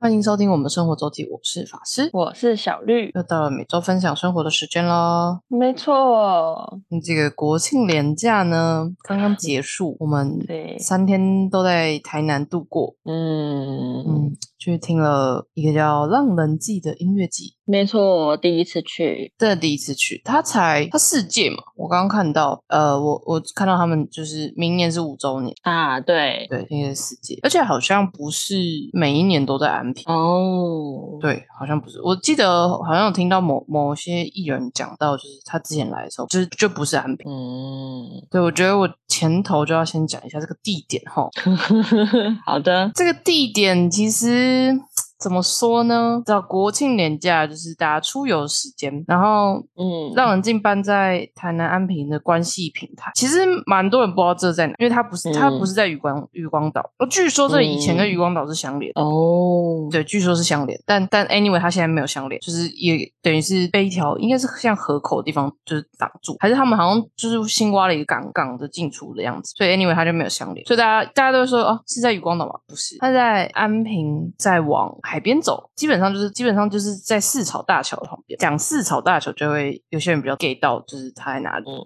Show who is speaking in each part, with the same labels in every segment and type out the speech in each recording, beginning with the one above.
Speaker 1: 欢迎收听我们生活周记，我是法师，
Speaker 2: 我是小绿，
Speaker 1: 又到了每周分享生活的时间喽。
Speaker 2: 没错，
Speaker 1: 那这个国庆连假呢，刚刚结束，我们
Speaker 2: 对，
Speaker 1: 三天都在台南度过，
Speaker 2: 嗯，
Speaker 1: 嗯，去听了一个叫《浪人记》的音乐季，
Speaker 2: 没错，我第一次去，
Speaker 1: 这第一次去，他才他世界嘛，我刚刚看到，呃，我我看到他们就是明年是五周年，
Speaker 2: 啊，对，
Speaker 1: 对，那个世界，而且好像不是每一年都在安排。
Speaker 2: 哦，
Speaker 1: 对，好像不是。我记得好像有听到某某些艺人讲到，就是他之前来的时候，就是就不是安平。
Speaker 2: 嗯，
Speaker 1: 对，我觉得我前头就要先讲一下这个地点哈。
Speaker 2: 好的，
Speaker 1: 这个地点其实怎么说呢？到国庆年假就是大家出游时间，然后
Speaker 2: 嗯，
Speaker 1: 让人进办在台南安平的关系平台，其实蛮多人不知道这在哪，因为它不是它
Speaker 2: 嗯
Speaker 1: 不是在渔光渔光岛，哦据说这以前跟
Speaker 2: 嗯
Speaker 1: 渔光岛是相连的。
Speaker 2: 哦，
Speaker 1: 对，据说是相连，但但 anyway，它现在没有相连，就是也等于是被一条应该是像河口的地方就是挡住，还是他们好像就是新挖了一个港港的进出的样子，所以 anyway 它就没有相连，所以大家大家都会说哦是在渔光岛吗？不是，它在安平再往海边走，基本上就是基本上就是在四草大桥旁边。讲四草大桥就会有些人比较 get 到，就是它在哪里。
Speaker 2: 嗯，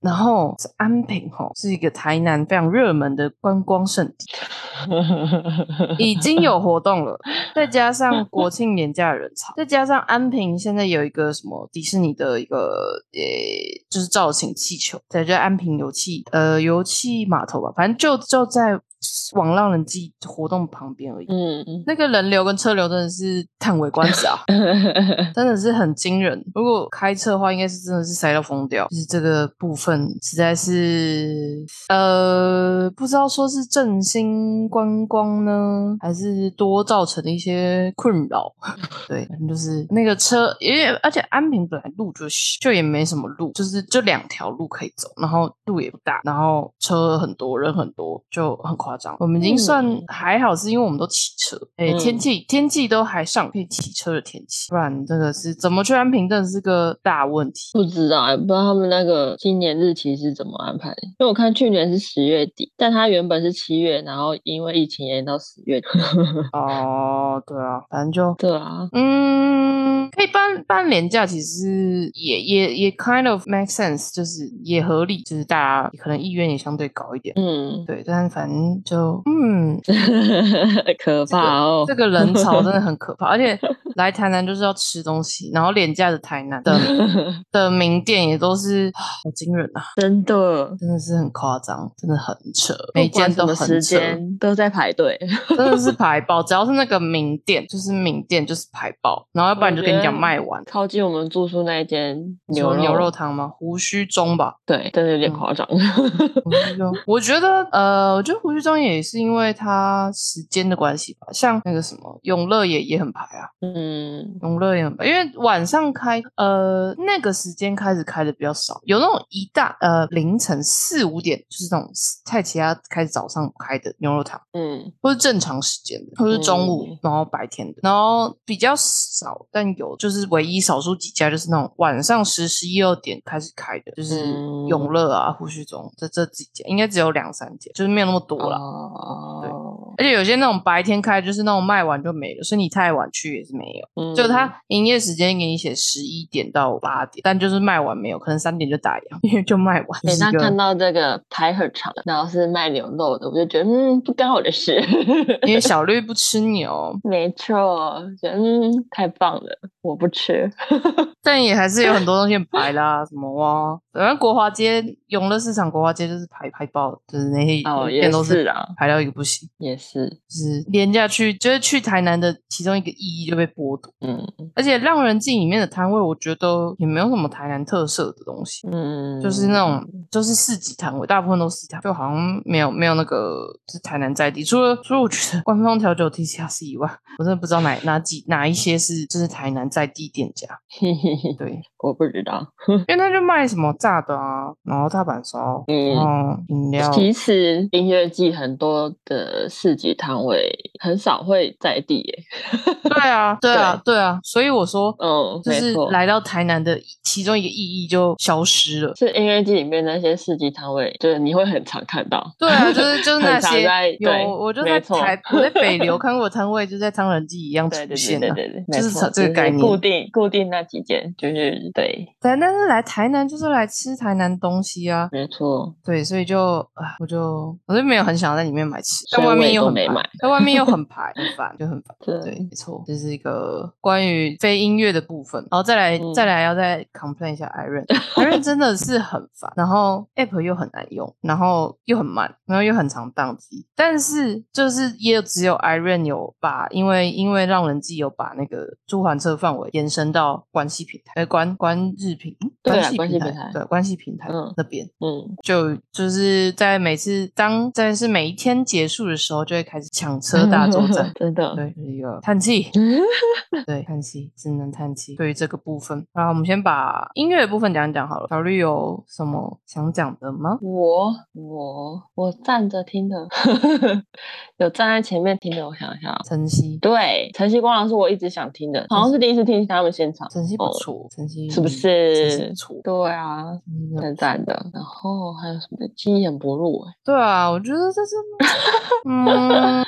Speaker 1: 然后安平吼是一个台南非常热门的观光胜地。 已经有活动了，再加上国庆年假的人潮，再加上安平现在有一个什么迪士尼的一个呃、就是造型气球，在这安平油气呃油气码头吧，反正就就在往浪人季活动旁边而已。
Speaker 2: 嗯，
Speaker 1: 那个人流跟车流真的是叹为观止啊，真的是很惊人。如果开车的话，应该是真的是塞到疯掉。就是这个部分实在是，呃，不知道说是振兴观光呢，还是多造成了一些困扰。对，反正就是那个车，因为而且安平本来路就是就也没什么路，就是就两条路可以走，然后路也不大，然后车很多，人很多，就很夸张。我们已经算
Speaker 2: 嗯
Speaker 1: 还好，是因为我们都骑车，哎、
Speaker 2: 嗯
Speaker 1: 天气天气都还上可以骑车的天气，不然这个是怎么去安平，真的是个大问题。
Speaker 2: 不知道欸，不知道他们那个今年日期是怎么安排的，因为我看去年是十月底，但他原本是七月，然后因为疫情延到十月底，
Speaker 1: 哦，对啊，反正就
Speaker 2: 对啊，
Speaker 1: 嗯，可以搬搬廉价，其实也也也 kind of make sense，就是也合理，就是大家可能意愿也相对高一点。
Speaker 2: 嗯，
Speaker 1: 对，但反正就嗯，
Speaker 2: 可怕哦，
Speaker 1: 这个人潮真的很可怕，而且来台南就是要吃东西，然后廉价的台南的 的名店也都是好惊人啊，
Speaker 2: 真的，
Speaker 1: 真的是很夸张，真的很扯，
Speaker 2: 不
Speaker 1: 每
Speaker 2: 管
Speaker 1: 间
Speaker 2: 什
Speaker 1: 都
Speaker 2: 么
Speaker 1: 很
Speaker 2: 时
Speaker 1: 扯，
Speaker 2: 间都在排队。
Speaker 1: 真的是排爆，只要是那个名店，就是名店就是排爆，然后要不然就跟你讲
Speaker 2: 我觉得
Speaker 1: 卖完。
Speaker 2: 靠近我们住宿那一间
Speaker 1: 你说
Speaker 2: 牛
Speaker 1: 牛肉，汤吗？胡须中吧，
Speaker 2: 对，真的有点
Speaker 1: 嗯
Speaker 2: 夸张。
Speaker 1: 胡须中，我觉得呃，我觉得胡须中也是因为它时间的关系吧，像那个什么永乐也也很排啊，
Speaker 2: 嗯，
Speaker 1: 永乐也很排，因为晚上开呃那个时间开始开的比较少，有那种一大呃凌晨四五点就是那种菜奇亚开始早上开的牛肉汤，
Speaker 2: 嗯，
Speaker 1: 或是正常时间的，或是中午，
Speaker 2: 嗯
Speaker 1: 然后白天的，然后比较少，但有就是唯一少数几家就是那种晚上十十一二点开始开的，就是
Speaker 2: 嗯
Speaker 1: 永乐啊、胡须中这这几家，应该只有两三家，就是没有那么多啦。
Speaker 2: 哦，
Speaker 1: 而且有些那种白天开，就是那种卖完就没了，所以你太晚去也是没有。
Speaker 2: 嗯
Speaker 1: 就它营业时间给你写十一点到八点，但就是卖完没有，可能三点就打烊，因为就卖完。
Speaker 2: 诶
Speaker 1: 是
Speaker 2: 那
Speaker 1: 一个
Speaker 2: 看到这个排很长，然后是卖牛肉的，我就觉得嗯，不干我的事。
Speaker 1: 因为小绿不吃牛，
Speaker 2: 没错，觉得嗯，太棒了，我不吃。
Speaker 1: 但也还是有很多东西很白啦，什么哇，反正国华街、永乐市场、国华街就是排排爆，就是那些
Speaker 2: 哦，也
Speaker 1: 店都
Speaker 2: 是
Speaker 1: 是
Speaker 2: 啦，
Speaker 1: 排到一个不行，
Speaker 2: 也是，
Speaker 1: 就是廉价去，就是去台南的其中一个意义就被剥夺。
Speaker 2: 嗯
Speaker 1: 而且浪人记里面的摊位，我觉得也没有什么台南特色的东西，
Speaker 2: 嗯，
Speaker 1: 就是那种就是市集摊位，大部分都市集摊，就好像没有没有那个就是台南在地。除了除了我觉得官方调酒 T C R C 以外，我真的不知道哪哪几哪一些是就是台南在地店家。
Speaker 2: 嘿嘿嘿，
Speaker 1: 对，
Speaker 2: 我不知道。
Speaker 1: 因为他就卖什么炸的啊，然后大阪烧，
Speaker 2: 嗯
Speaker 1: 然后饮料，
Speaker 2: 其实音乐季很多的市集摊位很少会在地耶。
Speaker 1: 对啊， 对啊，对啊，所以我说，
Speaker 2: 嗯，
Speaker 1: 就
Speaker 2: 没
Speaker 1: 是
Speaker 2: 错
Speaker 1: 来到台南的其中一个意义就消失了。
Speaker 2: 是音乐季里面那些市集摊位，就是你会很常看到。
Speaker 1: 对啊， 就是就是那
Speaker 2: 很常
Speaker 1: 些
Speaker 2: 在
Speaker 1: 有，
Speaker 2: 对
Speaker 1: 我就在
Speaker 2: 没错
Speaker 1: 台我在北 流看过摊位，就在汤人记一样
Speaker 2: 对
Speaker 1: 出
Speaker 2: 对
Speaker 1: 现啊
Speaker 2: 对
Speaker 1: 的
Speaker 2: 对。对对，
Speaker 1: 就
Speaker 2: 没
Speaker 1: 是
Speaker 2: 错，
Speaker 1: 这个概念
Speaker 2: 固定固定那几间，就是对，
Speaker 1: 对，但是来台南就是来吃台南东西啊，
Speaker 2: 没错，
Speaker 1: 对，所以就啊，我就我就没有很想在里面买吃，但
Speaker 2: 所以
Speaker 1: 外
Speaker 2: 我
Speaker 1: 面
Speaker 2: 也
Speaker 1: 又
Speaker 2: 都
Speaker 1: 很
Speaker 2: 没
Speaker 1: 排
Speaker 2: 买，
Speaker 1: 在外面又很排，很烦，就很烦。对，
Speaker 2: 对，
Speaker 1: 没错，这是一个关于非音乐的部分，然后再来、
Speaker 2: 嗯
Speaker 1: 再来要再 complain 一下 Iron，Iron 真的是很烦，然后 App 又很难用，然后又很慢，然后又很常宕机，但是就是也只有 Iron 有把，因为因为让人记有把那个租还车范围延伸到关系平台，呃关关日平，嗯
Speaker 2: 对
Speaker 1: 关
Speaker 2: 啊关
Speaker 1: 系
Speaker 2: 系
Speaker 1: 平
Speaker 2: 平台
Speaker 1: 对关系平台
Speaker 2: 嗯
Speaker 1: 那边，
Speaker 2: 嗯，。
Speaker 1: 就就是在每次当在是每一天结束的时候，就会开始抢车大作战
Speaker 2: 真的，
Speaker 1: 对，是一个叹气，对，叹气，只能叹气。对于这个部分，然后我们先把音乐的部分讲一讲好了。小绿有什么想讲的吗？
Speaker 2: 我我我站着听的， 有站在前面听的，我想一下啊，
Speaker 1: 晨曦，
Speaker 2: 对，晨曦光廊是我一直想听的，好像
Speaker 1: 嗯
Speaker 2: 是第一次听他们现场，
Speaker 1: 晨曦不
Speaker 2: 哦
Speaker 1: 错，晨曦
Speaker 2: 是不
Speaker 1: 晨曦
Speaker 2: 是
Speaker 1: 不错？
Speaker 2: 对啊，
Speaker 1: 晨曦真的
Speaker 2: 很赞的。然后还有什么记忆很不入、欸？
Speaker 1: 对啊，我觉得 这是，嗯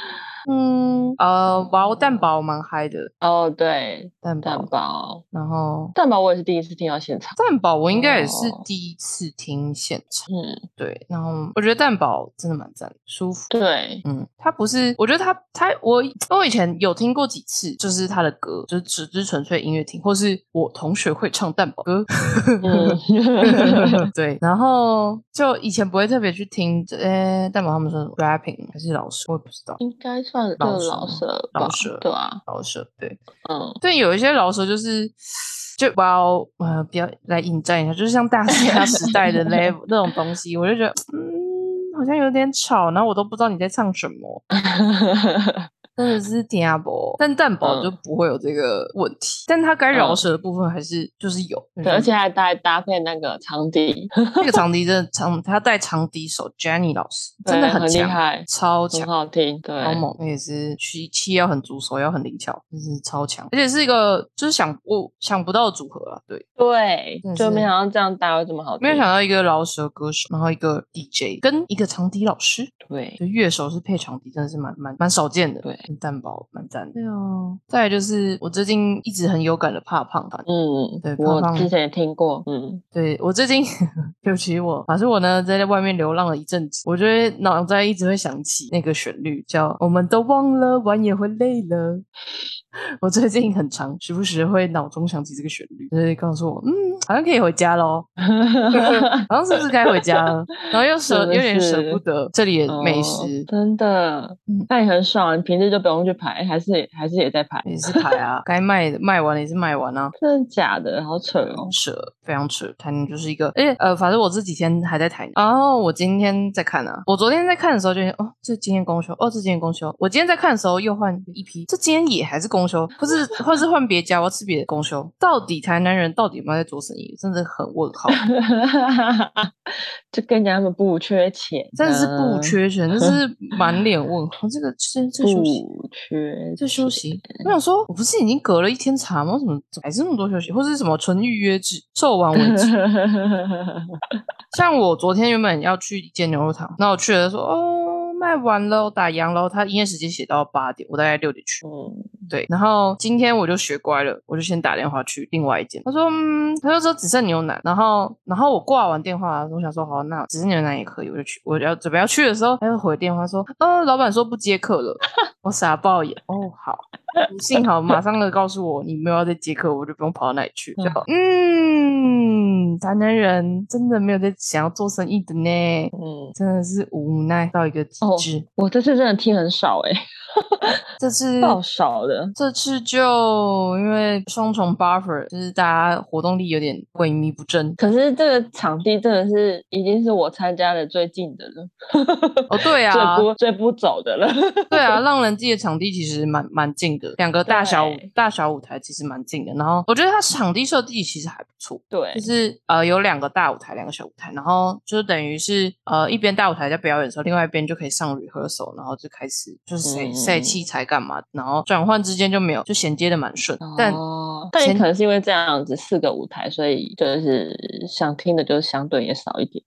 Speaker 1: 嗯呃，包蛋堡蛮嗨的，
Speaker 2: 哦，对，
Speaker 1: 蛋
Speaker 2: 蛋
Speaker 1: 堡，
Speaker 2: 堡，
Speaker 1: 然后
Speaker 2: 蛋堡我也是第一次听到现场。
Speaker 1: 蛋堡我应该也是
Speaker 2: 哦
Speaker 1: 第一次听现场，
Speaker 2: 嗯，
Speaker 1: 对，然后我觉得蛋堡真的蛮赞的，舒服。
Speaker 2: 对，
Speaker 1: 嗯，他不是，我觉得他他我我以前有听过几次，就是他的歌，就是只只纯粹音乐听，或是我同学会唱蛋堡歌，
Speaker 2: 嗯，
Speaker 1: 对，然后就以前不会特别去听，呃、蛋堡他们说什么 rapping 还是老师，我也不知道，
Speaker 2: 应该算是
Speaker 1: 老
Speaker 2: 老
Speaker 1: 舍
Speaker 2: 舍
Speaker 1: 老
Speaker 2: 吧
Speaker 1: 舍，
Speaker 2: 对啊，
Speaker 1: 老舍对，
Speaker 2: 嗯，
Speaker 1: 对，有一些老手就是就把我呃比较来引战一下，就是像大嘻哈时代的 level 那种东西，我就觉得嗯好像有点吵，然后我都不知道你在唱什么，真的是听阿伯。但蛋堡
Speaker 2: 嗯
Speaker 1: 就不会有这个问题，但他该饶
Speaker 2: 嗯
Speaker 1: 舌的部分还是就是有，
Speaker 2: 对，而且还搭搭配那个长笛，
Speaker 1: 那个长笛真的长，他带长笛手 Jenny 老师 真的
Speaker 2: 对很厉
Speaker 1: 强，
Speaker 2: 害
Speaker 1: 超强
Speaker 2: 很。好听，对，
Speaker 1: 超猛，那也是气气要很足，手要很灵巧，就是超强，而且是一个就是想我想不到的组合啊，对，
Speaker 2: 对
Speaker 1: 真的，
Speaker 2: 就是没想到这样搭会这么好听，
Speaker 1: 没有想到一个饶舌歌手，然后一个 DJ 跟一个长笛老师，
Speaker 2: 对，
Speaker 1: 就乐手是配长笛，真的是蛮蛮蛮少见的。
Speaker 2: 对，哦
Speaker 1: 蛋堡蛮赞的。对啊，再来就是我最近一直很有感的啊怕胖团，
Speaker 2: 嗯
Speaker 1: 对，
Speaker 2: 我
Speaker 1: 胖胖
Speaker 2: 之前也听过， 嗯，
Speaker 1: 对我最近对不起我，反正我呢在外面流浪了一阵子，我觉得脑袋一直会想起那个旋律，叫“我们都忘了，玩也会累了”。 我最近很常时不时会脑中想起这个旋律，就是告诉我，嗯，好像可以回家 喽。好像是不是该回家了？然后又舍
Speaker 2: 真的
Speaker 1: 有点舍
Speaker 2: 是
Speaker 1: 不得这里的美
Speaker 2: 哦
Speaker 1: 食，
Speaker 2: 真的
Speaker 1: 嗯，
Speaker 2: 那也很爽，你平时就不用去排，还是还是也在排，
Speaker 1: 也是排啊，该卖的卖完了也是卖完啊。
Speaker 2: 真的假的？好扯哦
Speaker 1: 很，扯，非常扯。台南就是一个，而且呃，反正我这几天还在台南，然后我今天在看啊，我昨天在看的时候就觉得哦，这今天公休，哦，这今天公休。我今天在看的时候又换一批，这今天也还是公休，或是或是换别家，我要吃别的公休。到底台南人到底有没有在做生意？真的很问 号。
Speaker 2: 就跟人家他们不缺钱啊，
Speaker 1: 真的是不缺钱，就是满脸问号。这个这这休息
Speaker 2: 不缺
Speaker 1: 在休
Speaker 2: 钱
Speaker 1: 息。我想说，我不是已经隔了一天查吗？我怎么怎么还是那么多休息，或是什么纯预约制，售完为止？像我昨天原本要去一间牛肉汤，那我去了说哦卖完了，我打烊了。他营业时间写到八点，我大概六点去。
Speaker 2: 嗯，
Speaker 1: 对，然后今天我就学乖了，我就先打电话去另外一间。他说嗯，他就说只剩牛奶。然后然后我挂完电话，我想说好，那只剩牛奶也可以，我就去。我要准备要去的时候，他又回电话说呃老板说不接客了，我傻爆眼。哦好。幸好马上的告诉我你没有要再接客，我就不用跑到那里去。就嗯，台南人真的没有在想要做生意的呢，
Speaker 2: 嗯，
Speaker 1: 真的是无奈到一个极致。
Speaker 2: 我这次真的听很少哎、
Speaker 1: 这次
Speaker 2: 欸爆少了。
Speaker 1: 这次就因为双重 buffer，就是大家活动力有点萎靡不振。
Speaker 2: 可是这个场地真的是已经是我参加的最近的了，
Speaker 1: 哦，对 啊，
Speaker 2: 最不最不走的了。
Speaker 1: 对啊，浪人祭的场地其实蛮蛮近的，两个大小舞
Speaker 2: 对
Speaker 1: 大小舞台其实蛮近的。然后我觉得它场地设计其实还不错，
Speaker 2: 对
Speaker 1: 就，是呃有两个大舞台，两个小舞台，然后就等于是呃一边大舞台在表演的时候，另外一边就可以上 rehearsal，然后就开始就是
Speaker 2: 嗯
Speaker 1: 塞
Speaker 2: 嗯
Speaker 1: 塞
Speaker 2: 嗯
Speaker 1: 器材干嘛，然后转换之间就没有就衔接的蛮顺，但
Speaker 2: 哦，但也
Speaker 1: 前
Speaker 2: 可能是因为这样子四个舞台，所以就是想听的，就是相对也少一点，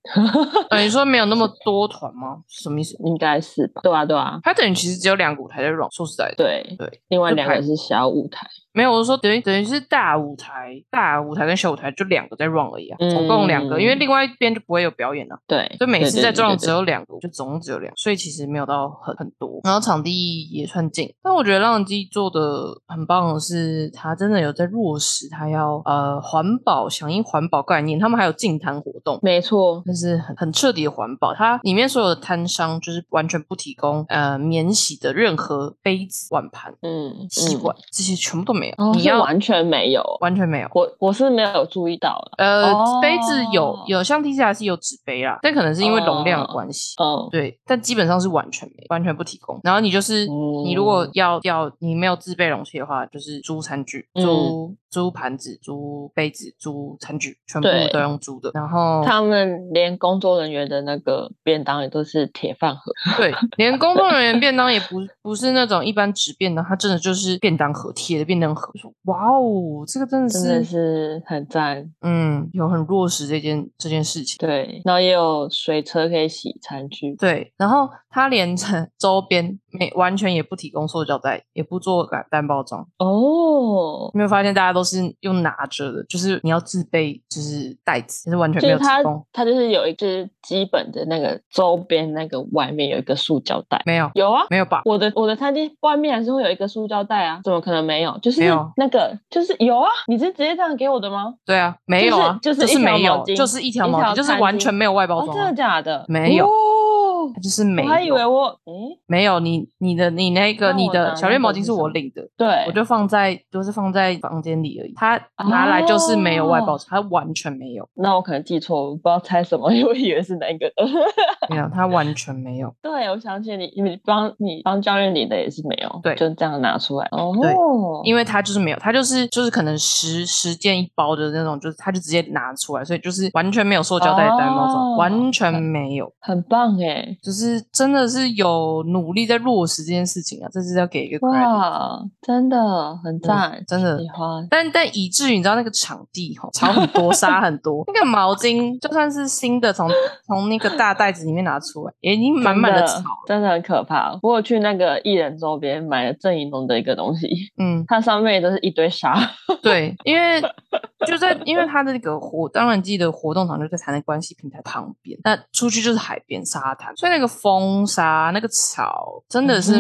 Speaker 1: 等于说没有那么多团吗？什么意思？
Speaker 2: 应该是吧？对啊，对啊，
Speaker 1: 它等于其实只有两个舞台在 run，说实在的，
Speaker 2: 对
Speaker 1: 对，
Speaker 2: 另外
Speaker 1: 就
Speaker 2: 两个
Speaker 1: 排
Speaker 2: 是小舞台，
Speaker 1: 没有，我是说等于等于是大舞台、大舞台跟小舞台就两个在 run 而已啊，
Speaker 2: 嗯
Speaker 1: 总共两个，因为另外一边就不会有表演啊，
Speaker 2: 对，
Speaker 1: 所以每
Speaker 2: 对
Speaker 1: 次
Speaker 2: 对
Speaker 1: 在
Speaker 2: 对
Speaker 1: run
Speaker 2: 对
Speaker 1: 只
Speaker 2: 对
Speaker 1: 有两个，就总共只有两个，所以其实没有到很很多，然后场地也算近，但我觉得浪人机做的很棒的是，它真的有在落实它要呃环保、响应环保概念，他们还有净滩活动，
Speaker 2: 没错，
Speaker 1: 但是很很彻底的环保，它里面所有的摊商就是完全不提供呃免洗的任何杯子、碗盘、
Speaker 2: 嗯，
Speaker 1: 吸
Speaker 2: 嗯
Speaker 1: 管、这些全部都没有，
Speaker 2: 哦
Speaker 1: 你
Speaker 2: 是
Speaker 1: 要
Speaker 2: 完全没有，
Speaker 1: 完全没有。
Speaker 2: 我我是没有注意到了，
Speaker 1: 呃，
Speaker 2: 哦
Speaker 1: 杯子有有像 T 下是有纸杯啦，但可能是因为容量的关系。
Speaker 2: 嗯，
Speaker 1: 对，但基本上是完全没，完全不提供。然后你就是，
Speaker 2: 嗯
Speaker 1: 你如果要要你没有自备容器的话，就是租餐具、
Speaker 2: 嗯
Speaker 1: 租租盘子、租杯子、租餐具，全部
Speaker 2: 对
Speaker 1: 都用租的。然后
Speaker 2: 他们连工作人员的那个便当也都是铁饭盒，
Speaker 1: 对，连工作人员便当也不不是那种一般纸便当，它真的就是便当盒，铁的便当盒。我说哇哦，这个真的
Speaker 2: 真
Speaker 1: 是，
Speaker 2: 的是很赞，
Speaker 1: 嗯，有很落实这件这件事情。
Speaker 2: 对，然后也有水车可以洗餐具，
Speaker 1: 对，然后它连成 周边没完全也不提供塑胶袋，也不做单单包装。
Speaker 2: 哦，
Speaker 1: 有没有发现大家都是用拿着的，就是你要自备就是袋子，但是完全
Speaker 2: 就
Speaker 1: 没
Speaker 2: 是
Speaker 1: 有提
Speaker 2: 它
Speaker 1: 供，，
Speaker 2: 它就是有一只基本的那个周边那个外面有一个塑胶袋，
Speaker 1: 没有
Speaker 2: 有啊。
Speaker 1: 没有吧？
Speaker 2: 我的我的餐厅外面还是会有一个塑胶袋啊，怎么可能没有？就是
Speaker 1: 没有
Speaker 2: 那个，就是有啊，你是直接这样给我的吗？
Speaker 1: 对啊，没有啊，
Speaker 2: 就是就是一条
Speaker 1: 没有
Speaker 2: 毛，巾
Speaker 1: 就是一条毛
Speaker 2: 一
Speaker 1: 巾，
Speaker 2: 条
Speaker 1: 就是
Speaker 2: 餐
Speaker 1: 完
Speaker 2: 巾
Speaker 1: 全没有外包
Speaker 2: 哦，
Speaker 1: 装
Speaker 2: 真
Speaker 1: 啊、
Speaker 2: 的假的？
Speaker 1: 没有
Speaker 2: 哦
Speaker 1: 它就是没
Speaker 2: 我还以
Speaker 1: 有。
Speaker 2: 为我，诶，
Speaker 1: 没有，你你的你那个
Speaker 2: 那
Speaker 1: 你
Speaker 2: 我
Speaker 1: 的
Speaker 2: 拿
Speaker 1: 小绿
Speaker 2: 那
Speaker 1: 毛
Speaker 2: 个
Speaker 1: 巾
Speaker 2: 是
Speaker 1: 是
Speaker 2: 什
Speaker 1: 我
Speaker 2: 么
Speaker 1: 领的，
Speaker 2: 对，
Speaker 1: 我就放在就是放在房间里而已。它拿来就是没有外包
Speaker 2: 哦
Speaker 1: 装，它完全没有，
Speaker 2: 那我可能记错，我不知道猜什么， 因为我以为是那个。
Speaker 1: 没有，它完全没有。
Speaker 2: 对，我想起你，你帮你帮教练领的也是没有，
Speaker 1: 对
Speaker 2: 就这样拿出来。哦，
Speaker 1: 因为它就是没有，它就是就是可能十十件一包的那种，就是它就直接拿出来，所以就是完全没有塑胶袋单包装，
Speaker 2: 哦
Speaker 1: 完全没有，
Speaker 2: 很棒哎，
Speaker 1: 就是真的是有努力在落实这件事情啊，这是要给一个 credit，
Speaker 2: 哇，真的很赞，
Speaker 1: 嗯真的
Speaker 2: 喜欢。
Speaker 1: 但但以至于你知道那个场地吼，草很多，沙很多，那个毛巾就算是新的从从那个大袋子里面拿出来，也已经满满的
Speaker 2: 的
Speaker 1: 草了，
Speaker 2: 真的很可怕。我有去那个艺人周边买了郑怡农的一个东西，
Speaker 1: 嗯，
Speaker 2: 它上面都是一堆沙。
Speaker 1: 对，因为就在因为它的那个活，当然记得活动场就在台南关系平台旁边，那出去就是海边沙滩，所以那个风沙、那个草真的 是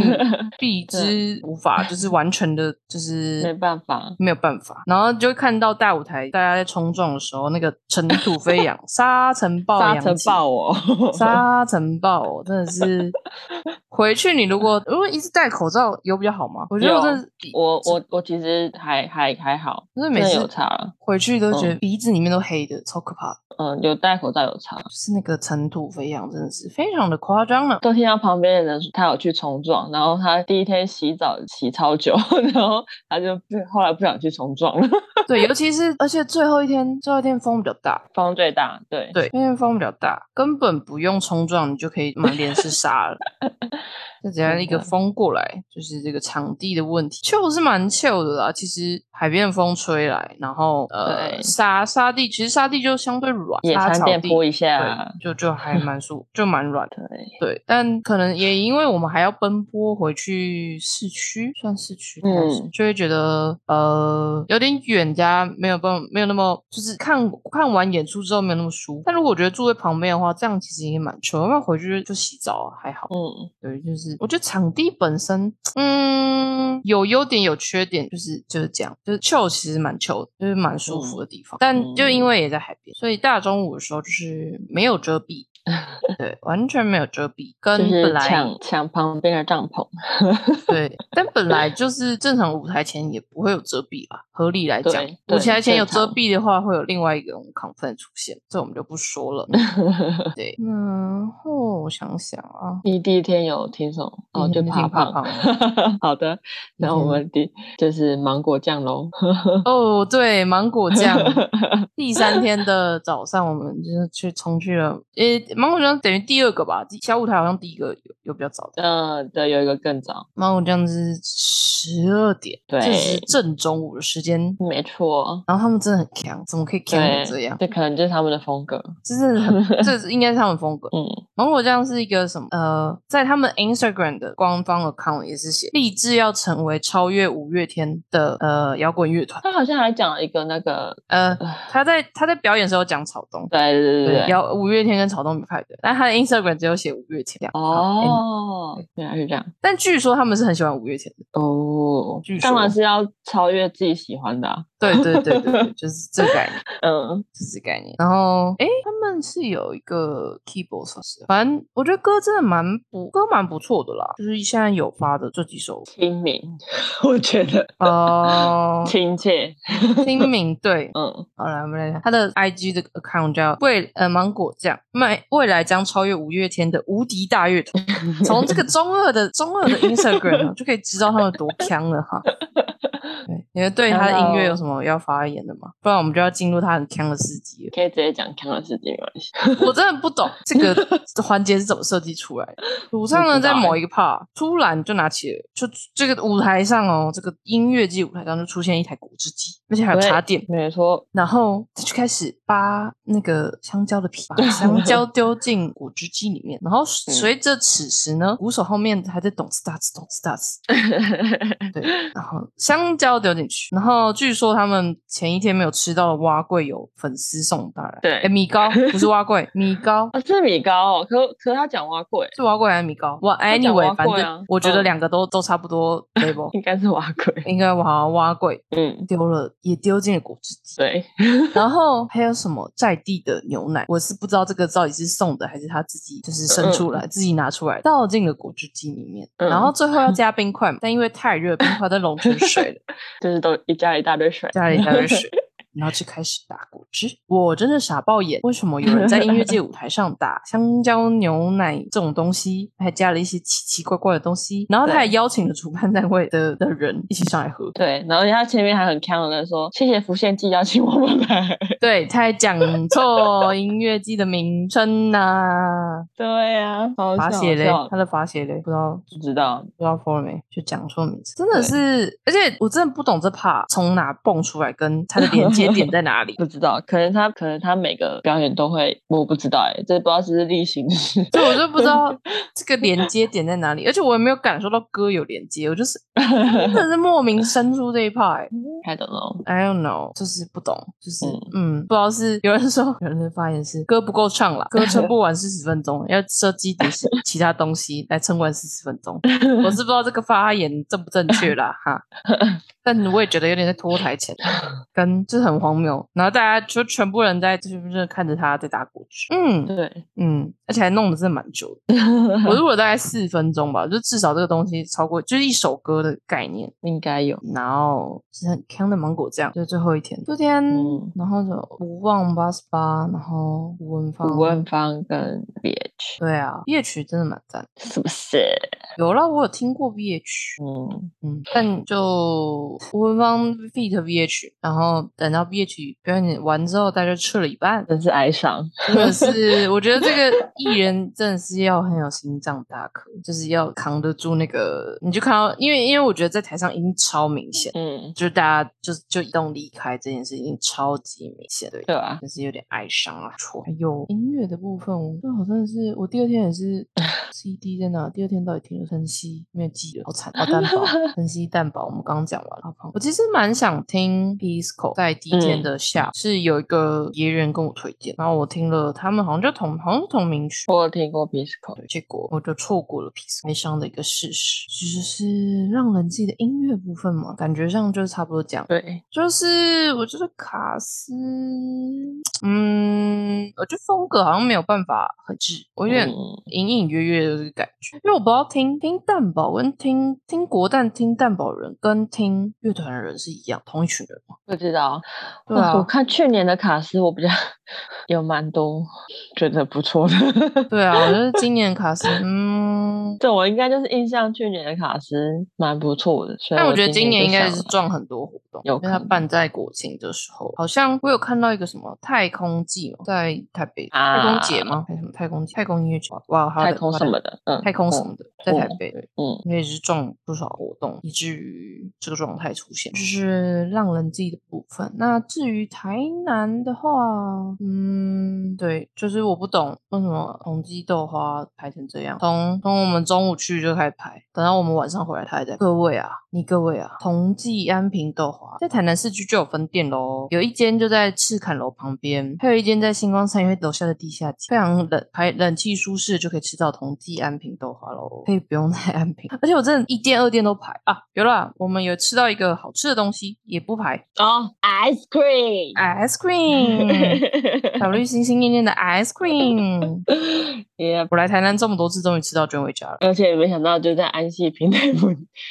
Speaker 1: 避之无法，就是完全的，就是
Speaker 2: 没办法
Speaker 1: 没有办法。然后就会看到大舞台大家在冲撞的时候，那个尘土飞扬，沙尘暴
Speaker 2: 沙
Speaker 1: 扬
Speaker 2: 尘
Speaker 1: 起
Speaker 2: 暴哦，
Speaker 1: 沙尘暴真的是，回去你如果如果一直戴口罩有比较好吗？我觉得我真的
Speaker 2: 我我我其实还还还好，
Speaker 1: 真的
Speaker 2: 真
Speaker 1: 每
Speaker 2: 的
Speaker 1: 次
Speaker 2: 有差了。
Speaker 1: 回去都觉得
Speaker 2: 嗯
Speaker 1: 鼻子里面都黑的，超可怕的。
Speaker 2: 嗯，有戴口罩有差，
Speaker 1: 就是那个尘土飞扬，真的是非常的夸张了。
Speaker 2: 都听到旁边的人说他有去冲撞，然后他第一天洗澡洗超久， 然后他就不后来不想去冲撞了，
Speaker 1: 对，尤其是而且最后一天，最后一天风比较大，
Speaker 2: 风最大，对
Speaker 1: 对，那天风比较大，根本不用冲撞，你就可以满脸是沙 了。就只要一个
Speaker 2: 真的
Speaker 1: 风过来，就是这个场地的问题。秀是蛮秀的啦，其实海边的风吹来，然后呃
Speaker 2: 对
Speaker 1: 沙沙地，其实沙地就相对软，
Speaker 2: 野
Speaker 1: 沙
Speaker 2: 餐
Speaker 1: 草
Speaker 2: 店
Speaker 1: 地
Speaker 2: 铺一下
Speaker 1: 对，，就就还蛮舒，就蛮软的。
Speaker 2: 对。
Speaker 1: 对，但可能也因为我们还要奔波回去市区，算市区，嗯
Speaker 2: 嗯，
Speaker 1: 就会觉得呃有点远加没有办没有那么就是看看完演出之后没有那么舒服。但如果我觉得住在旁边的话，这样其实也蛮穷，要不然回去就洗澡啊还好。
Speaker 2: 嗯，
Speaker 1: 对，就是我觉得场地本身，嗯，有优点有缺点，就是就是这样，就是 chill 其实蛮 chill，的就是蛮舒服的地方。但就因为也在海边，所以大中午的时候就是没有遮蔽， 对，完全没有遮蔽，跟
Speaker 2: 就是
Speaker 1: 本来
Speaker 2: 抢抢旁边的帐篷。
Speaker 1: 对，但本来就是正常舞台前也不会有遮蔽啦，合理来讲
Speaker 2: 对，
Speaker 1: 舞
Speaker 2: 对
Speaker 1: 台前有
Speaker 2: 正
Speaker 1: 遮
Speaker 2: 常
Speaker 1: 蔽的话，会有另外一个人 complain 出现，这我们就不说 了。对，然后我想想啊，
Speaker 2: 你第一天有听什么？哦，
Speaker 1: 第
Speaker 2: 就
Speaker 1: 一天
Speaker 2: 怕
Speaker 1: 嗯听怕
Speaker 2: 胖。 好的，那我
Speaker 1: 嗯
Speaker 2: 们第就是芒果酱喽。
Speaker 1: 哦，对，芒果 酱。第三天的早上，我们就是去冲去了，诶、芒果酱等于第二个吧，小舞台好像第一个有有比较早的。
Speaker 2: 呃，对，有一个更早，
Speaker 1: 芒果酱是十二点，
Speaker 2: 对
Speaker 1: 就是正中午的时间。
Speaker 2: 没错。
Speaker 1: 然后他们真的很强，怎么可以强
Speaker 2: 对
Speaker 1: 成，这样？
Speaker 2: 这可能就是他们的风格。
Speaker 1: 这是 很，这是应该是他们风格。
Speaker 2: 嗯，
Speaker 1: 芒果酱是一个什么？呃，在他们 Instagram 的官方 account 也是写立志要成为超越五月天的呃摇滚乐团。
Speaker 2: 他好像还讲了一个那个，
Speaker 1: 呃，他在他在表演的时候讲草东，
Speaker 2: 对对对对对。
Speaker 1: 摇五月天跟草东没派对，但他的 Instagram 只有写五月天这样。好，anyway
Speaker 2: 哦，原来是这样
Speaker 1: 但据说他们是很喜欢五月天的。
Speaker 2: 哦
Speaker 1: 据，
Speaker 2: 当然
Speaker 1: 说
Speaker 2: 是要超越自己喜欢的啊。
Speaker 1: 对对对对 对，就是这个概念。
Speaker 2: 嗯，，
Speaker 1: 自己概念。然后，诶，他们是有一个 keyboard 测试，反正我觉得歌真的蛮不歌蛮不错的啦，就是现在有发的这几首
Speaker 2: 亲民， 我觉得
Speaker 1: 呃，
Speaker 2: 亲切。
Speaker 1: 清明对。
Speaker 2: 嗯，
Speaker 1: 好来我们来看他的 IG 的 account 叫未呃芒果酱，未未来将超越五月天的无敌大乐 团。从这个中二的中二的 Instagram 啊就可以知道他们多强了 哈。对，你们对他的
Speaker 2: 哦
Speaker 1: 音乐有什么要发言的吗？不然我们就要进入他很强的事迹了。
Speaker 2: 可以直接讲看的事情没关系。
Speaker 1: 我真的不懂这 个环节是怎么设计出来的。主唱呢，
Speaker 2: 我不知道
Speaker 1: 在
Speaker 2: 欸
Speaker 1: 某一个 part 突然就拿起了，就这个舞台上哦，这个音乐季舞台上就出现一台果汁机，而且还有
Speaker 2: 对
Speaker 1: 插电，
Speaker 2: 没 错，
Speaker 1: 然后他就开始扒那个香蕉的皮，把香蕉丢进果汁机里面。然
Speaker 2: 嗯
Speaker 1: 后随着此时呢，鼓手后面还在咚哧哒哧咚哧哒哧，对， 然后香蕉丢进去。然后据说他们前一天没有吃到的蛙桂有粉丝送到来，
Speaker 2: 对
Speaker 1: 诶米 糕不是蛙桂，米糕
Speaker 2: 啊，是米糕哦，可可他讲蛙贵，
Speaker 1: 是蛙桂还是米糕？我
Speaker 2: 他讲
Speaker 1: anyway，
Speaker 2: 蛙
Speaker 1: 反
Speaker 2: 桂啊
Speaker 1: 正我觉得
Speaker 2: 嗯
Speaker 1: 两个都、都差不多 level，
Speaker 2: 应该是蛙贵。
Speaker 1: 应该我好像蛙桂
Speaker 2: 嗯，
Speaker 1: 丢了，也丢进了果汁机。
Speaker 2: 对，
Speaker 1: 然后还有什么在地的牛奶，我是不知道这个到底是送的还是他自己就是生出来、自己拿出来倒进了果汁机里面，
Speaker 2: 嗯
Speaker 1: 然后最后要加冰块嘛，但因为太热，冰块都融成水了，
Speaker 2: 就是都一加一大堆水。
Speaker 1: 加了一大堆水。然后就开始打果汁，我真的傻爆眼，为什么有人在音乐界舞台上打香蕉牛奶这种东西，还加了一些奇奇怪怪的东西？然后他还
Speaker 2: 对
Speaker 1: 邀请了主办单位的的人一起上来喝，
Speaker 2: 对，然后他前面还很强的说：“谢谢浮现记邀请我们来。
Speaker 1: 对，他还讲错音乐季的名称呐、”
Speaker 2: 对呀、啊，好
Speaker 1: 罚
Speaker 2: 笑
Speaker 1: 写嘞
Speaker 2: 好，
Speaker 1: 他
Speaker 2: 笑
Speaker 1: 的罚写嘞，不知道
Speaker 2: 不知道，
Speaker 1: 不知道 follow 没，就讲错名字，真的
Speaker 2: 对
Speaker 1: 是，而且我真的不懂这 part 从哪蹦出来，跟它的连接点在哪 里。
Speaker 2: 不知道，可能他可能他每个表演都会，我不知道哎、这不知道是不是例行 事。
Speaker 1: 所以我就不知道这个连接点在哪里，而且我也没有感受到歌有连接，我就是真的是莫名生出这一 part 欸。
Speaker 2: I don't know，
Speaker 1: I don't know，就是不懂，就是嗯
Speaker 2: 嗯
Speaker 1: 不知道是有人说，有人的发言是歌不够唱啦，歌撑不完四十分钟，要设计点其其他东西来撑完四十分钟。我是不知道这个发言正不正确啦，哈。但我也觉得有点在拖台前，啊跟就是很荒谬。然后大家就全部人在就是就是看着他在打果汁，嗯
Speaker 2: 对，
Speaker 1: 嗯，而且还弄得真的蛮久的。我录了大概四分钟吧，就至少这个东西超过就是一首歌的概念。
Speaker 2: 应该有。
Speaker 1: 然后是很香的芒果酱，就是最后一天，昨天，
Speaker 2: 嗯
Speaker 1: 然后就无望八十八，然后吴文芳，
Speaker 2: 吴文芳跟 BH
Speaker 1: 对啊，B H 真的蛮赞的，
Speaker 2: 是不是？
Speaker 1: 有啦，我有听过 B H，
Speaker 2: 嗯，
Speaker 1: 嗯，但就吴文芳 feat B H，然后等到 B H 表演完之后，大家吃了一半，
Speaker 2: 真是哀伤。
Speaker 1: 真的是，我觉得这个艺人真的是要很有心脏大颗，就是要扛得住那个，你就看到，因为因为我觉得在台上音超明显。
Speaker 2: 嗯，
Speaker 1: 就是大家就是就移动离开这件事情超级明显，对，
Speaker 2: 对啊，
Speaker 1: 但是有点哀伤啊。错，还有音乐的部分，我好像是我第二天也 是 CD 在哪？第二天到底听了晨曦没有记得，好惨，哦好蛋 堡，晨曦蛋堡，我们刚刚讲完了。好不好我其实蛮想听 Pisco，在第一天的下、是有一个别人跟我推荐，然后我听了，他们好像就同好像是同名曲。
Speaker 2: 我有听过 Pisco，
Speaker 1: 对，结果我就错过了 Pisco 悲伤的一个事实，其实是让人记的音乐部分嘛，感觉上就差不多讲，
Speaker 2: 对，
Speaker 1: 就是我觉得卡斯，嗯，我觉得风格好像没有办法很致，我有点
Speaker 2: 嗯
Speaker 1: 隐隐约约的这个感觉，因为我不知道听听蛋堡跟听听国蛋、听蛋堡人跟听乐团的人是一样同一群人吗？
Speaker 2: 不知道。
Speaker 1: 对啊，
Speaker 2: 哦我看去年的卡斯，我比较 有蛮多觉得不错的。
Speaker 1: 对啊，我觉得今年卡斯， 嗯，
Speaker 2: 对，我应该就是印象去年的卡斯蛮不错的，所以
Speaker 1: 但我觉得今年
Speaker 2: 就
Speaker 1: 应该
Speaker 2: 想
Speaker 1: 是
Speaker 2: 来
Speaker 1: 撞很多活动，
Speaker 2: 有
Speaker 1: 因为它
Speaker 2: 可能
Speaker 1: 办在国庆的时候，好像我有看到一个什么太空季嘛，在台北、
Speaker 2: 啊
Speaker 1: 太空节吗？还是什么太空太空音乐节？哇，哈
Speaker 2: 太
Speaker 1: 的
Speaker 2: 空
Speaker 1: 哈
Speaker 2: 什
Speaker 1: 的
Speaker 2: 么的，嗯，
Speaker 1: 太空什么的，在台北，对
Speaker 2: 嗯，
Speaker 1: 应该也是撞不少活动，以至于这个状态出现，就是让人记的部分。那至于台南的话，嗯，对，就是我不懂为什么红鸡豆花排成这样，从从我们中午去就开始排，等到我们晚上回来，它还在。各位啊，你各位啊，同济安平豆花在台南市区就有分店喽，有一间就在赤坎楼旁边，还有一间在星光三月楼下的地下街，非常冷，排冷气舒适就可以吃到同济安平豆花喽，可以不用再安平。 而且我真的一店二店都排啊，有啦，我们有吃到一个好吃的东西，也不排
Speaker 2: 哦 ，ice cream，
Speaker 1: ice cream，小绿心心念念的 ice cream。
Speaker 2: 也
Speaker 1: 我来台南这么多次，终于吃到卷尾家了，
Speaker 2: 而且没想到就在安溪平台 不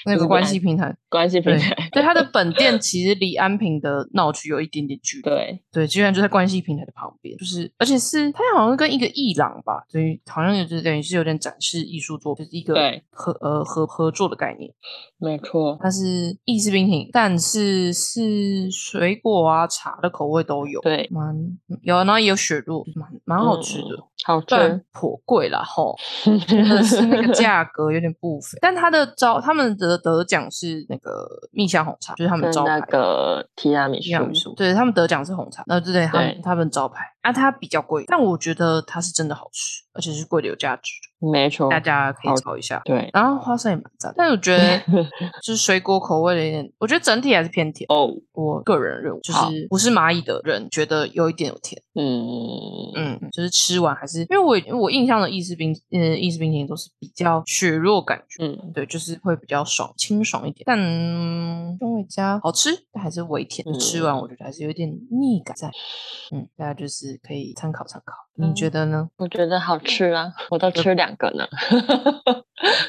Speaker 1: 那
Speaker 2: 就是
Speaker 1: 个关系
Speaker 2: ice-
Speaker 1: 平台。
Speaker 2: 关系平
Speaker 1: 对
Speaker 2: 台，
Speaker 1: 对，它的本店其实离安平的闹区有一点点距离。
Speaker 2: 对，
Speaker 1: 对，居然就在关系平台的旁边，就是而且是它好像跟一个艺廊吧，所以好像有就等于是有点展示艺术作品，就是一个
Speaker 2: 对
Speaker 1: 合呃合合作的概念。
Speaker 2: 没错，
Speaker 1: 它是意式冰淇淋，但是是水果啊、茶的口味都有，
Speaker 2: 对，
Speaker 1: 蛮嗯有，然后也有雪露，蛮蛮好吃的。
Speaker 2: 嗯好
Speaker 1: 虽然
Speaker 2: 吃，
Speaker 1: 颇贵啦，吼，真的是那个价格有点不菲。 但它的招，他们的得奖是那个蜜香红茶，就是他们
Speaker 2: 跟
Speaker 1: 招牌
Speaker 2: 嗯那个提拉米
Speaker 1: 提拉米
Speaker 2: 苏，
Speaker 1: 苏，对他们得奖是红茶，那呃对对，他
Speaker 2: 对
Speaker 1: 们他们招牌啊，它比较贵，但我觉得它是真的好吃，而且是贵的有价值的，
Speaker 2: 没错，
Speaker 1: 大家可
Speaker 2: 哦好
Speaker 1: 以炒一下。
Speaker 2: 对，
Speaker 1: 然后花生也蛮赞，但我觉 得就是水果口味的有点，我觉得整体还是偏甜。
Speaker 2: 哦，
Speaker 1: 我个人认为，就
Speaker 2: 好
Speaker 1: 是不是蚂蚁的人觉得有一点有甜，
Speaker 2: 嗯
Speaker 1: 嗯，就是吃完还是因为我因为我印象的意式冰呃意式冰淇淋都是比较雪弱感觉，
Speaker 2: 嗯，
Speaker 1: 对，就是会比较爽清爽一点，但中伟家好吃，但还是微甜。
Speaker 2: 嗯
Speaker 1: 吃完我觉得还是有点腻感在，嗯，大家就是可以参考参考，
Speaker 2: 嗯
Speaker 1: 你觉得呢？
Speaker 2: 我觉得好
Speaker 1: 嗯
Speaker 2: 吃啊，我都吃两个呢，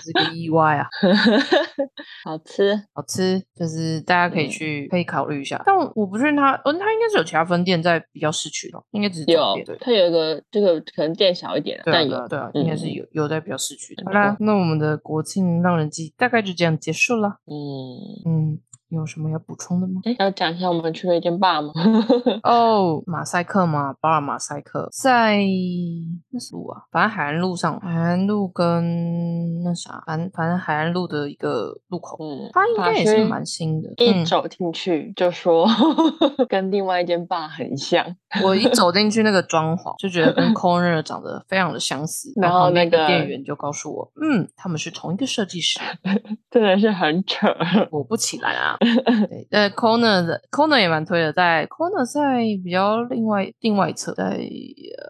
Speaker 1: 是个意外啊，
Speaker 2: 好吃，
Speaker 1: 好吃，就是大家可以
Speaker 2: 嗯
Speaker 1: 去、可以考虑一下，但我我不确定它，嗯，它应该是有其他分店在比较市区的，应该只是这
Speaker 2: 有
Speaker 1: 边对，。啊
Speaker 2: 它有一个这个可能店小一点啊，
Speaker 1: 对啊
Speaker 2: 但
Speaker 1: 对
Speaker 2: 有
Speaker 1: 啊，对啊，应该是
Speaker 2: 嗯
Speaker 1: 有有在比较市区的。
Speaker 2: 没
Speaker 1: 好啦
Speaker 2: 错，
Speaker 1: 那我们的国庆让人记大概就这样结束了。
Speaker 2: 嗯，
Speaker 1: 嗯，有什么要补充的吗？
Speaker 2: 哎，要讲一下我们去了一间坝吗？
Speaker 1: 哦，马赛克吗？巴尔马赛克在那什么路啊？反正海岸路上，海岸路跟那啥，反反正海岸路的一个路口，
Speaker 2: 嗯，
Speaker 1: 它应该也
Speaker 2: 法
Speaker 1: 是
Speaker 2: 师
Speaker 1: 蛮新的。
Speaker 2: 一
Speaker 1: 嗯，
Speaker 2: 走进去就说 跟另外一间坝很像，
Speaker 1: 我一走进去那个装潢，就觉得 跟 Corner 长得非常的相似。
Speaker 2: 然后
Speaker 1: 后旁边
Speaker 2: 那
Speaker 1: 的
Speaker 2: 个
Speaker 1: 店员就告诉我，嗯，他们是同一个设计师，
Speaker 2: 真的是很扯。
Speaker 1: 果不其然 啊。对，呃，Corner 的 Corner 也蛮推的，在 Corner 在比较另外另外一侧，在呃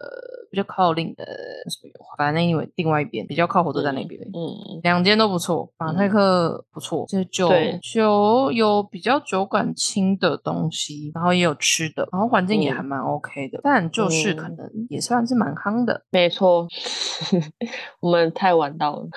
Speaker 1: 比较靠另呃什么油画，反正因为另外一边比较靠火车站那边。
Speaker 2: 嗯，
Speaker 1: 两间都不错，马赛克不错，这酒
Speaker 2: 对
Speaker 1: 酒有比较酒感轻的东西，然后也有吃的，然后环境也还
Speaker 2: 嗯
Speaker 1: 蛮 OK 的，但就是可
Speaker 2: 嗯
Speaker 1: 能也算是蛮夯的，
Speaker 2: 没错， 我们太晚到了。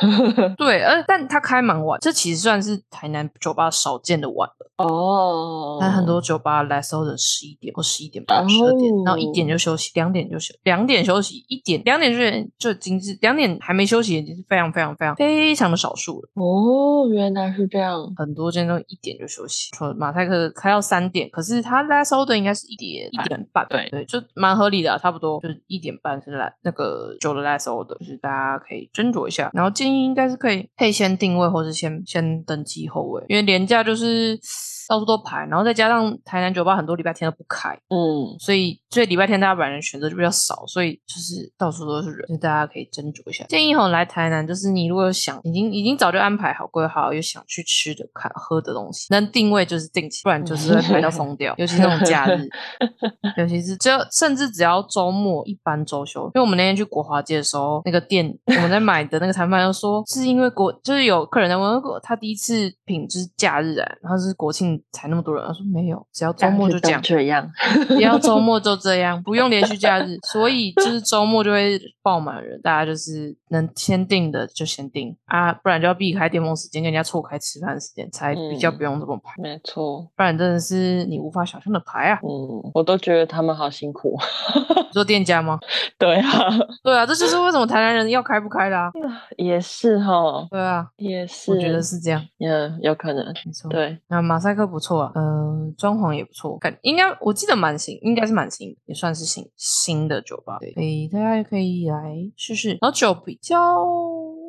Speaker 1: 对，呃，但它开蛮晚，这其实算是台南酒吧少见的晚了。
Speaker 2: 哦，
Speaker 1: 但很多酒吧 less o 十一点或十一点半、十二点，然后一点就休息，两点就休，两点休息，一点两点就就已经是两点还没休息，已经是非常非常非常非常的少数了。
Speaker 2: 哦，原来是这样。
Speaker 1: 很多间都一点就休息，说马赛克开到三点，可是它 less o 应该是一点一
Speaker 2: 半
Speaker 1: 点半，
Speaker 2: 对
Speaker 1: 对，就蛮合理的啊、差不多就是一点半是来那个酒的 less o 就是大家可以斟酌一下，然后建议应该是可以可以先定位或是先先登记后位，因为廉价就是 到处都排，然后再加上台南酒吧很多礼拜天都不开。
Speaker 2: 嗯，
Speaker 1: 所以所以礼拜天大家本来选择就比较少，所以就是到处都是人，所以大家可以斟酌一下。建议吼来台南，就是你如果有想已经已经早就安排好规划好，有想去吃的、看喝的东西，能定位就是定期，不然就是会排到疯掉，尤其是那种假日，尤其是只要甚至只要周末一般周休，因为我们那天去国华街的时候，那个店我们在买的那个摊贩就说，是因为国就是有客人在问，他第一次品就是假日啊，然后是国庆近才那么多人。他说没有，只要周
Speaker 2: 假日
Speaker 1: 末就
Speaker 2: 都
Speaker 1: 这样，
Speaker 2: 这样，
Speaker 1: 不要周末就这样，不用连续假日。所以就是周末就会爆满人，大家就是能先定的就先定啊，不然就要避开巅峰时间，跟人家错开吃饭时间，才比较
Speaker 2: 嗯
Speaker 1: 不用这么排。
Speaker 2: 没错。
Speaker 1: 不然真的是你无法想象的排啊！
Speaker 2: 嗯，我都觉得他们好辛苦。
Speaker 1: 你说店家吗？
Speaker 2: 对啊，
Speaker 1: 对啊，这就是为什么台南人要开不开啦、
Speaker 2: 也是哈，
Speaker 1: 对啊，
Speaker 2: 也是，
Speaker 1: 我觉得，是这样，
Speaker 2: 嗯，有可能。
Speaker 1: 没错。
Speaker 2: 对，
Speaker 1: 那马赛克不错啊，嗯、装潢也不错，感应该我记得蛮新，应该是蛮新的，也算是新新的酒吧，对，所以大家也可以来试试。然后酒比较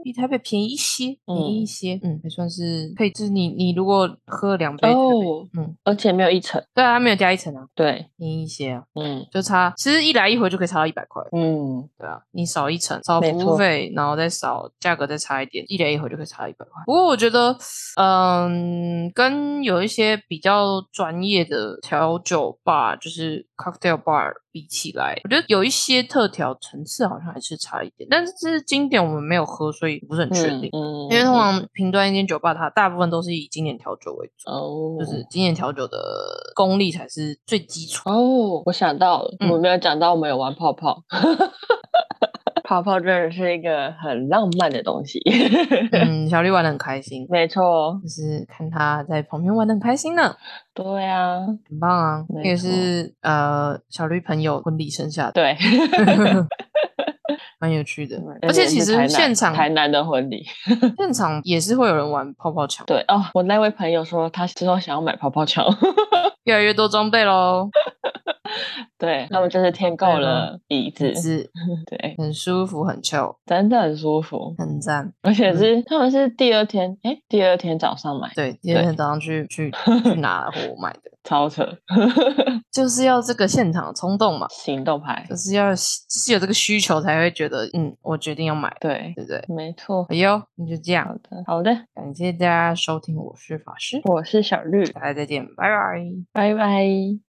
Speaker 1: 比台北便宜一些，便宜一些，嗯，还算是可以，就是你你如果喝了两杯，台北
Speaker 2: 哦，
Speaker 1: 嗯，
Speaker 2: 而且没有一层。
Speaker 1: 对啊，它没有加一层啊，
Speaker 2: 对，
Speaker 1: 便宜一些啊，
Speaker 2: 嗯
Speaker 1: 就差其实一来一回就可以差到一百块，
Speaker 2: 嗯，
Speaker 1: 对啊，你少一层，少
Speaker 2: 没
Speaker 1: 服务
Speaker 2: 错
Speaker 1: 费，然后再少价格，再差一点，一来一回就可以差一百块。不过我觉得，嗯，跟有一些比较专业的调酒吧，就是 cocktail bar 比起来，我觉得有一些特调层次好像还是差一点。但是这是经典，我们没有喝，所以不是很确定。
Speaker 2: 嗯，
Speaker 1: 因为通
Speaker 2: 嗯
Speaker 1: 常评断一间酒吧，它大部分都是以经典调酒为主，
Speaker 2: 哦，
Speaker 1: 就是经典调酒的功力才是最基 础。
Speaker 2: 哦，我想到了，我
Speaker 1: 嗯
Speaker 2: 们没有讲到我们有玩泡泡。 泡泡真的是一个很浪漫的东西，
Speaker 1: 嗯，小绿玩的很开心，
Speaker 2: 没错，哦
Speaker 1: 就是看他在旁边玩的很开心呢。
Speaker 2: 对啊，
Speaker 1: 很棒啊！那
Speaker 2: 没
Speaker 1: 也
Speaker 2: 错
Speaker 1: 是呃小绿朋友婚礼剩下的，
Speaker 2: 对，
Speaker 1: 蛮有趣的。
Speaker 2: 那
Speaker 1: 而且
Speaker 2: 也
Speaker 1: 其
Speaker 2: 是
Speaker 1: 实
Speaker 2: 台南
Speaker 1: 现场
Speaker 2: 台南的婚礼，
Speaker 1: 现场也是会有人玩泡泡枪，
Speaker 2: 对哦，我那位朋友说他之后想要买泡泡球，
Speaker 1: 越来越多装备喽，
Speaker 2: 对他们真是添
Speaker 1: 对
Speaker 2: 购
Speaker 1: 啊
Speaker 2: 了椅子，
Speaker 1: 是
Speaker 2: 对，
Speaker 1: 很舒服，很 chill，
Speaker 2: 真的很舒服，
Speaker 1: 很赞。
Speaker 2: 而且
Speaker 1: 嗯
Speaker 2: 是他们是第二天，哎，第二天早上买，
Speaker 1: 对，第二
Speaker 2: 对
Speaker 1: 天早上去 去去拿货买的，
Speaker 2: 超扯，
Speaker 1: 就是要这个现场冲动嘛，
Speaker 2: 行动派
Speaker 1: 就，是要就是有这个需求才会觉得，嗯，我决定要买，
Speaker 2: 对，
Speaker 1: 对不对？
Speaker 2: 没错，
Speaker 1: 哎呦，那就这
Speaker 2: 好
Speaker 1: 样，
Speaker 2: 的，好的，
Speaker 1: 感谢大家收听，我是法师，
Speaker 2: 我是小绿，
Speaker 1: 大家再见，拜拜。
Speaker 2: 拜拜。